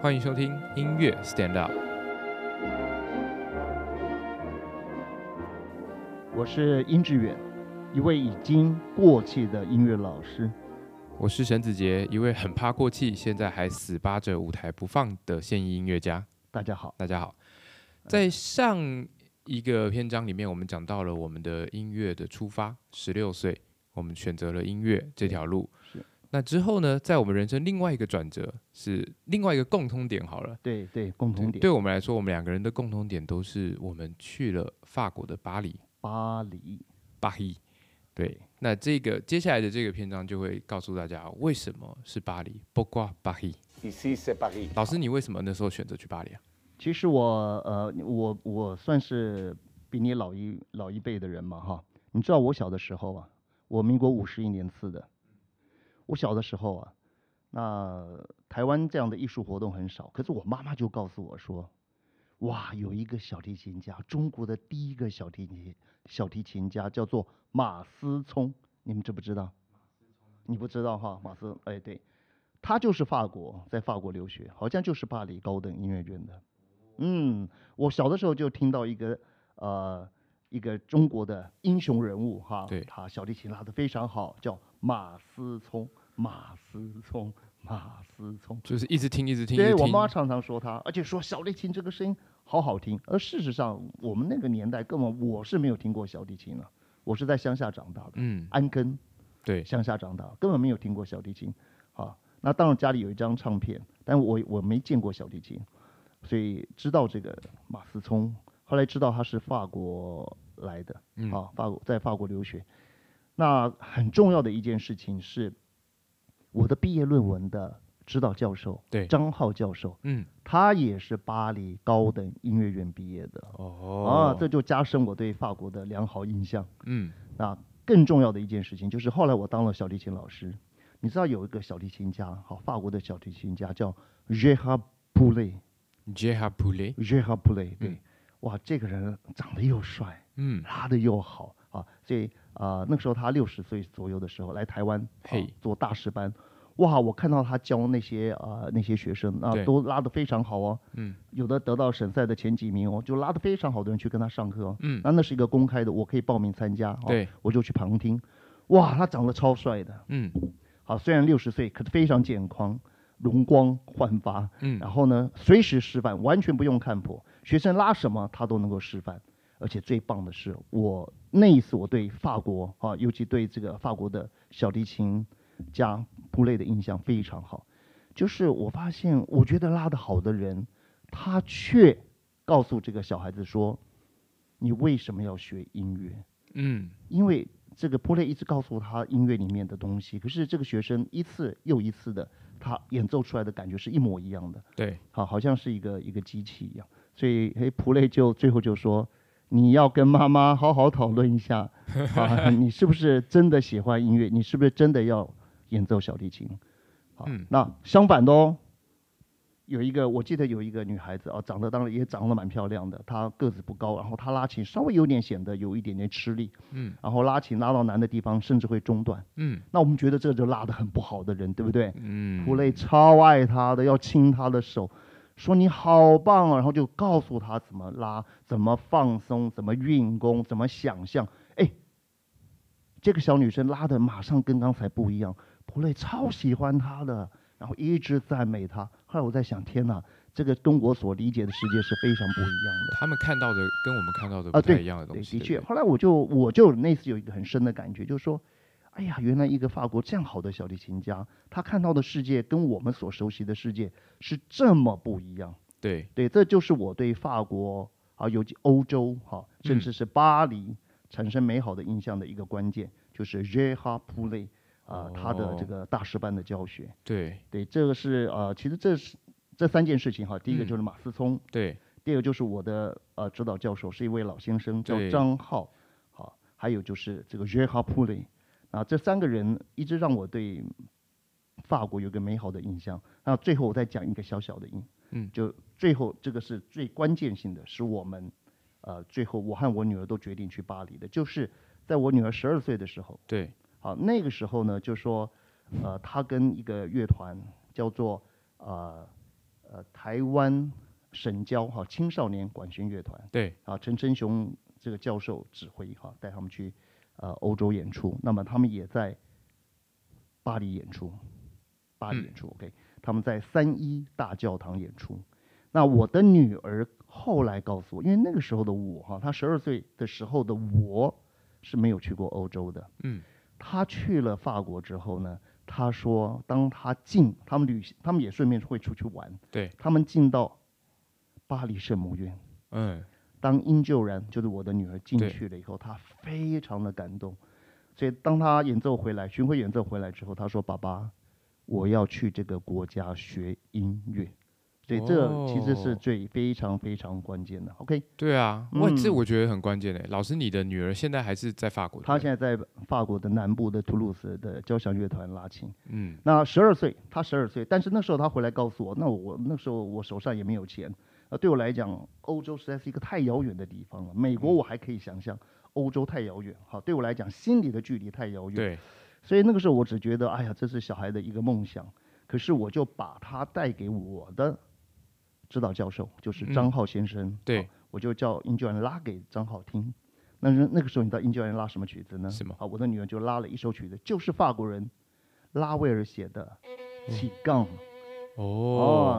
欢迎收听音乐 Stand Up。我是殷志远，一位已经过气的音乐老师。我是沈子杰，一位很怕过气，现在还死扒着舞台不放的现役音乐家。大家好，大家好，在上一个篇章里面，我们讲到了我们的音乐的出发，十六岁我们选择了音乐这条路是。那之后呢，在我们人生另外一个转折是另外一个共通点好了。对对，共同点对我们来说，我们两个人的共同点都是我们去了法国的巴黎。巴黎。巴黎。对，那这个接下来的这个篇章就会告诉大家为什么是巴黎，包括巴黎。 Ici, c'est Paris. 老师，你为什么那时候选择去巴黎啊？其实我呃，我我算是比你老一老一辈的人嘛哈。你知道我小的时候啊，我民国五十一年次的，我小的时候啊，那台湾这样的艺术活动很少，可是我妈妈就告诉我说，哇，有一个小提琴家，中国的第一个小提琴小提琴家叫做马思聪，你们知不知道？你不知道哈，马思，哎对，他就是法国，在法国留学，好像就是巴黎高等音乐院的。嗯，我小的时候就听到一个呃一个中国的英雄人物哈，对他小提琴拉得非常好，叫马思聪，马思聪，马思聪。就是一直听，一直听，一对直我听。妈常常说他，而且说小提琴这个声音好好听。而事实上，我们那个年代根本我是没有听过小提琴了，我是在乡下长大的，嗯，安根对，乡下长大，根本没有听过小提琴啊。那当然家里有一张唱片，但我我没见过小提琴，所以知道这个马思聪。后来知道他是法国来的，嗯啊，法国在法国留学。那很重要的一件事情是，我的毕业论文的指导教授对张浩教授，嗯，他也是巴黎高等音乐院毕业的。哦啊，这就加深我对法国的良好印象。嗯，那更重要的一件事情就是，后来我当了小提琴老师。你知道有一个小提琴家，好，法国的小提琴家叫 j e h a p o u l e j e h a p u l e j e h a p o u l e 对，嗯哇，这个人长得又帅，嗯，拉的又好啊，所以啊、呃那个时候他六十岁左右的时候来台湾，啊嘿做大师班。哇！我看到他教那些啊、呃那些学生啊对，都拉得非常好哦。嗯，有的得到省赛的前几名哦，就拉得非常好的人去跟他上课哦。嗯那那是一个公开的，我可以报名参加。哦、对，我就去旁听。哇，他长得超帅的，嗯，好，虽然六十岁，可是非常健康，容光焕发。嗯然后呢，随时示范，完全不用看谱，学生拉什么他都能够示范。而且最棒的是，我那一次我对法国啊，尤其对这个法国的小提琴家布类的印象非常好。就是我发现，我觉得拉得好的人，他却告诉这个小孩子说：“你为什么要学音乐？”嗯，因为这个波列一直告诉他音乐里面的东西，可是这个学生一次又一次的，他演奏出来的感觉是一模一样的，对，好，好像是一个一个机器一样。所以，嘿，普雷就最后就说，你要跟妈妈好好讨论 一下，啊，你是不是真的喜欢音乐？你是不是真的要演奏小提琴？好，嗯那相反的哦，有一个我记得有一个女孩子啊，长得当然也长得蛮漂亮的，她个子不高，然后她拉琴稍微有点显得有一点点吃力，嗯，然后拉琴拉到难的地方甚至会中断，嗯，那我们觉得这就拉得很不好的人，对不对？嗯，普雷超爱他的，要亲他的手，说你好棒啊，然后就告诉他怎么拉，怎么放松，怎么运功，怎么想象。哎，这个小女生拉的马上跟刚才不一样，普雷超喜欢她的，然后一直赞美她。后来我在想，天哪，这个跟我所理解的世界是非常不一样的。他们看到的跟我们看到的不啊太对一样的东对，西。的确，后来我就我就那次有一个很深的感觉，就是说，哎呀，原来一个法国这样好的小提琴家，他看到的世界跟我们所熟悉的世界是这么不一样。对，对，这就是我对法国啊，尤其欧洲哈、嗯甚至是巴黎产生美好的印象的一个关键，就是 j e h a p o u l e 啊、他的这哦个大师班的教学。对，对，这个是呃，其实这是这三件事情哈，第一个嗯就是马思聪。对，第二个就是我的呃指导教授是一位老先生，叫对张浩，好，还有就是这个 j e h a p u l e 啊，这三个人一直让我对法国有个美好的印象。那最后我再讲一个小小的印，嗯就最后这个是最关键性的，是我们呃最后我和我女儿都决定去巴黎的，就是在我女儿十二岁的时候，对，好，那个时候呢，就说，呃，他跟一个乐团叫做呃呃台湾省交哈青少年管弦乐团对，啊，陈真雄这个教授指挥哈，带他们去呃欧洲演出。那么他们也在巴黎演出，巴黎嗯演出、OK，他们在三一大教堂演出。那我的女儿后来告诉我，因为那个时候的我哈，她十二岁的时候的我是没有去过欧洲的。嗯，他去了法国之后呢，他说，当他进他们旅行，他们也顺便会出去玩，对，他们进到巴黎圣母院，嗯，当殷秀然就是我的女儿进对去了以后，她非常的感动，所以当她演奏回来，巡回演奏回来之后，她说：“爸爸，我要去这个国家学音乐。”所以这其实是哦最非常非常关键的。OK，对啊，哇，这嗯我觉得很关键诶。老师，你的女儿现在还是在法国？她在，现在在法国的南部的图卢斯的交响乐团拉琴。嗯，那十二岁，他十二岁，但是那时候他回来告诉我，那我那时候我手上也没有钱，呃，对我来讲，欧洲实在是一个太遥远的地方了。美国我还可以想象，欧洲太遥远，好，对我来讲，心里的距离太遥远。，对，所以那个时候我只觉得，哎呀，这是小孩的一个梦想。可是我就把他带给我的指导教授，就是张嗯浩先生。对好，我就叫殷教人拉给张浩听。那是那个时候，你知道殷教人拉什么曲子呢？什么啊，我的女儿就拉了一首曲子，就是法国人拉威尔写的《起杠》。嗯哦，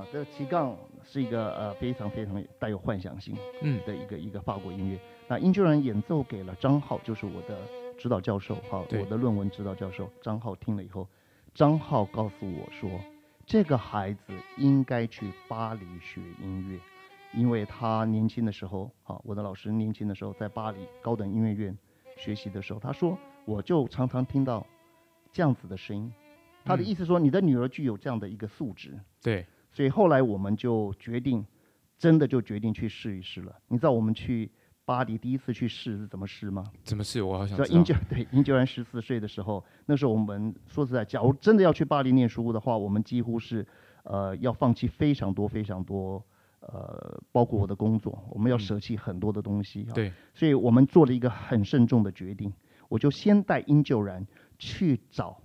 哦，这个《起杠》是一个呃非常非常带有幻想性嗯，的一个一个法国音乐。那殷居然演奏给了张浩，就是我的指导教授，哈，对我的论文指导教授张浩听了以后，张浩告诉我说，这个孩子应该去巴黎学音乐，因为他年轻的时候，哈，我的老师年轻的时候在巴黎高等音乐院学习的时候，他说我就常常听到这样子的声音。他的嗯意思说，你的女儿具有这样的一个素质，对，所以后来我们就决定，真的就决定去试一试了。你知道我们去巴黎第一次去试是怎么试吗？怎么是？我好想知道知道英。九 对英九然十四岁的时候，那时候我们说实在，假如真的要去巴黎念书的话，我们几乎是呃要放弃非常多非常多。呃，包括我的工作，我们要嗯舍弃很多的东西、啊。对，所以我们做了一个很慎重的决定，我就先带殷九然去找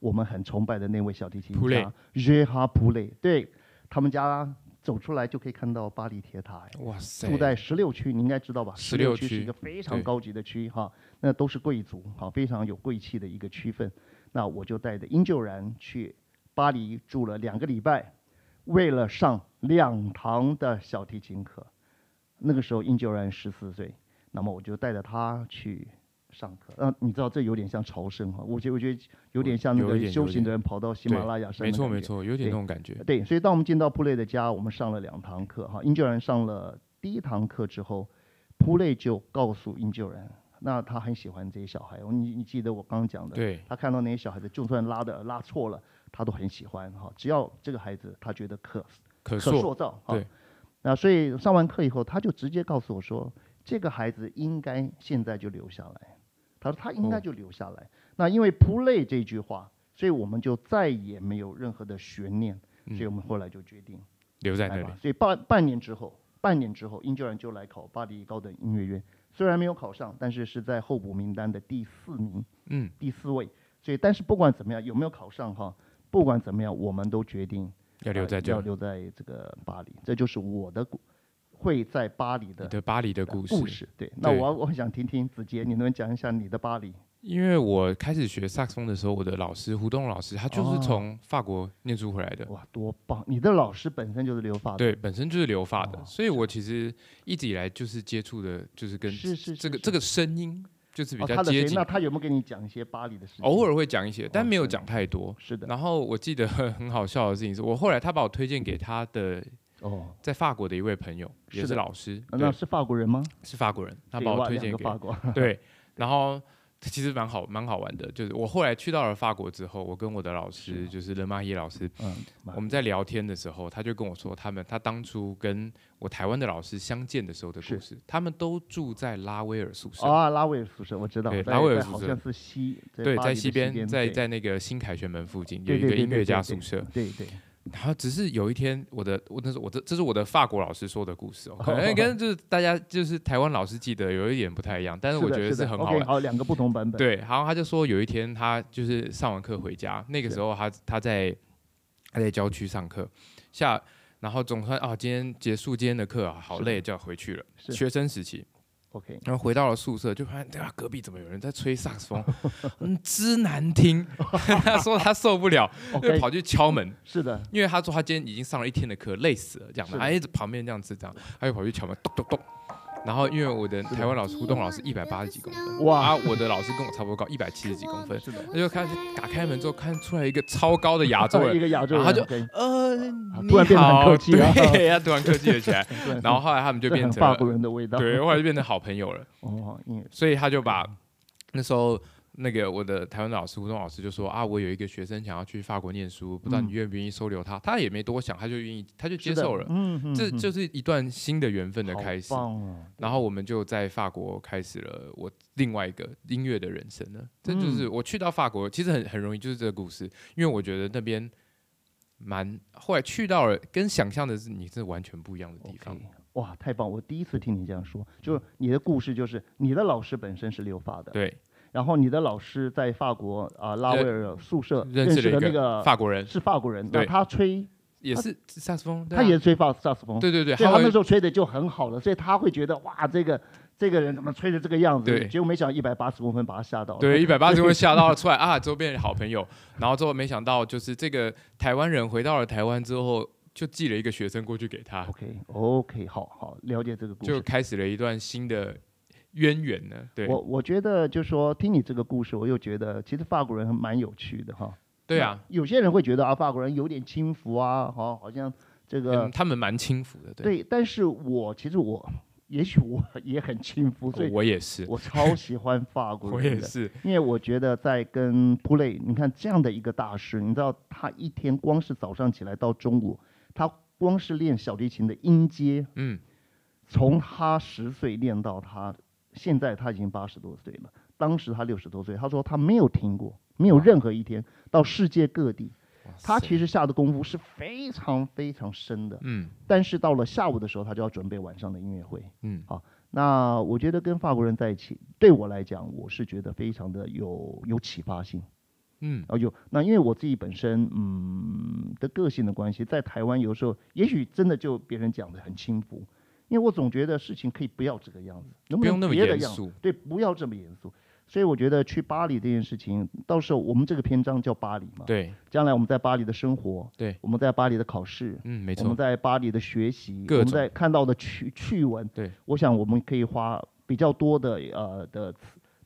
我们很崇拜的那位小提琴普雷家约哈普雷，对他们家走出来就可以看到巴黎铁塔，哎哇塞，住在十六区，你应该知道吧？十16六区是一个非常对高级的区哈，那都是贵族哈，非常有贵气的一个区分。那我就带着殷九然去巴黎住了两个礼拜，为了上两堂的小提琴课。那个时候殷九然十四岁，那么我就带着他去上课。那、你知道这有点像朝圣哈，我觉得我觉得有点像那有一个点修有一行的人跑到喜马对拉雅山，没错没。错，有点对那种感觉。对，所以当我们进到普雷的家，我们上了两堂课哈。英九人上了第一堂课之后，普雷就告诉英九人，那他很喜欢这些小孩。你你记得我刚刚讲的，对，他看到那些小孩子，就算拉的拉错了，他都很喜欢哈。只要这个孩子他觉得可可可塑，塑造哈对。那所以上完课以后，他就直接告诉我说，这个孩子应该现在就留下来。他说他应该哦就留下来。那因为 “play” 这句话，所以我们就再也没有任何的悬念。所以我嗯，哎们后来就决定留在那来里吧。。所以半半年之后，半年之后，英格兰就来考巴黎高等音乐院，虽然没有考上，但是是在候补名单的第四名、嗯，第四位。所以，但是不管怎么样，有没有考上哈，不管怎么样，我们都决定要留呃在这要里。留在这个巴黎。这就是我的故会在巴黎你的的巴黎的故事，对，那对我我想听听子杰，你能不能讲一下你的巴黎？因为我开始学萨克斯风的时候，我的老师胡东老师，他就是哦从法国念书回来的，哇，多棒！你的老师本身就是留法的，对，本身就是留法的，哦所以我其实一直以来就是接触的，就是跟是是这个是这个声音就是比哦，较他的接谁？近那，他有没有跟你讲一些巴黎的事情？偶尔会讲一些，但哦没有是讲太多。是的，然后我记得 很好笑的事情是，我后来他把我推荐给他的哦，在法国的一位朋友，也是是的老师，啊对那是法国人吗？是法国人，他对把我哇推两荐个给 法国，对，然后其实蛮好蛮好玩的，就是我后来去到了法国之后，我跟我的老是啊师吗就是勒马伊老师，嗯，我们在聊天的时候，他就跟我说，他们他当初跟我台湾的老师相见的时候的故是事，他们都住在拉威尔宿舍，啊，拉威尔宿舍我知道，对在拉威尔在宿好舍像是西，对，巴在黎的西边，在对在那个新凯旋门附近有对一个对音对乐对家对宿舍，对对，然后只是有一天，我的我那是我这这是我的法国老师说的故事哦，可能跟就是大家就是台湾老师记得有一点不太一样，但是我的觉得是的很好 OK，玩。好，两个不同版本，对，然后他就说有一天他就是上完课回家，那个时候他他在他在郊区上课，下，然后总算啊，今天结束今天的课啊，好是累，就要回去了。是学生时期， OK，然后回到了宿舍，就发现对啊，隔壁怎么有人在吹萨克斯风， 嗯，之难听。 他说他受不了，就 OK，跑去敲门，是的，因为他说他今天已经上了一天的课，累死了，这样是嘛，他的一直旁边这样子这样，他就跑去敲门，咚咚咚。然后因为我的台湾老哦师胡东老师一百八十几公分，哇啊，我的老师跟我差不多高，一百七十几公分，是的，他就开始打开门之后，看出来一个超高的 亚洲人 一，个亚洲然人，后他就 OK，呃，你啊突然变得很好客气了对，他突然客气了起 来，很多人 然后后来他们就这变很成法国了，人的味道。对，后来就变成好朋友了。 哦，因为所以他就把嗯那时候那个我的台湾的老师胡东老师就说啊，我有一个学生想要去法国念书，不知道嗯你愿不愿意收留他？他也没多想，他就愿意，他就接是的受了。嗯，嗯这嗯就是一段新的缘分的好开始，棒哦，然后我们就在法国开始了我另外一个音乐的人生了。这嗯就是我去到法国，其实很很容易，就是这个故事，因为我觉得那边蛮后来去到了跟想象的是你是完全不一样的地方 OK，哇，太棒！我第一次听你这样说，就是你的故事，就是你的老师本身是留法的，对，然后你的老师在法国啊、拉对威尔宿舍认识呃识了的一那个法国人，是法国人，那对他吹也是萨克斯风，对啊他也是吹法萨克斯风，对对对，所以他会那时候吹的就很好了，所以他会觉得哇，这个这个人怎么吹的这个样子对？结果没想到一百八十公分把他吓到了。 对，一百八十会吓到了出来啊，周边的好朋友，然后之后没想到就是这个台湾人回到了台湾之后，就寄了一个学生过去给他， ，OK OK，好好了解这个故就事。开始了一段新的渊源呢。对，我我觉得就说听你这个故事，我又觉得其实法国人还蛮有趣的哈。对啊，，有些人会觉得啊，法国人有点轻浮啊，好、好像这个嗯，他们蛮轻浮的，对，对，但是我其实我也许我 也很轻浮，所以哦我也是，我超喜欢法国 我也人的，是，因为我觉得在跟普雷，你看这样的一个大师，你知道他一天光是早上起来到中午，他光是练小提琴的音阶，嗯，从他十岁练到他现在他已经八十多岁了，当时他六十多岁，他说他没有停过，没有哇任何一天到世界各地，他其实，实下的功夫是非常非常深的。嗯但是到了下午的时候，他就要准备晚上的音乐会。嗯，那我觉得跟法国人在一起，对我来讲，我是觉得非常的有有启发性。嗯，啊，有那因为我自己本身嗯的个性的关系，在台湾有时候也许真的就别人讲的很轻浮，因为我总觉得事情可以不要这个样子，能不用那能么别的严样子？肃，对，不要这么严肃。所以我觉得去巴黎这件事情，到时候我们这个篇章叫巴黎嘛，对，将来我们在巴黎的生活，对，我们在巴黎的考试，嗯，没我们错，在巴黎的学习，各我们种在看到的趣趣闻，对，我想我们可以花比较多的呃的词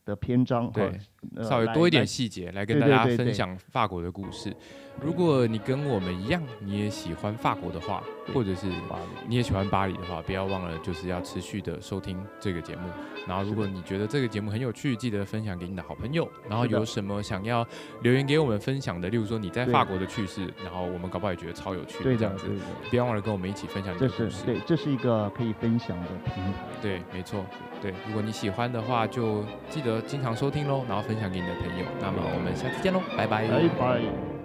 的篇章哈，对呃，稍微来多一点来细节来跟大对对家对分对享法国的故事。如果你跟我们一样，你也喜欢法国的话，对或者是巴黎。你也喜欢巴黎的话，不要忘了就是要持续的收听这个节目。然后，如果你觉得这个节目很有趣，记得分享给你的好朋友。然后是的有什么想要留言给我们分享的，例如说你在对法国的趣事，然后我们搞不好也觉得超有趣对这的样，子对。的，不要忘了跟我们一起分享你这的故是事。对，这是一个可以分享的平台。对，没错，对。如果你喜欢的话，就记得经常收听喽，然后分享给你的朋友。那么我们下次见喽，拜拜哎拜拜。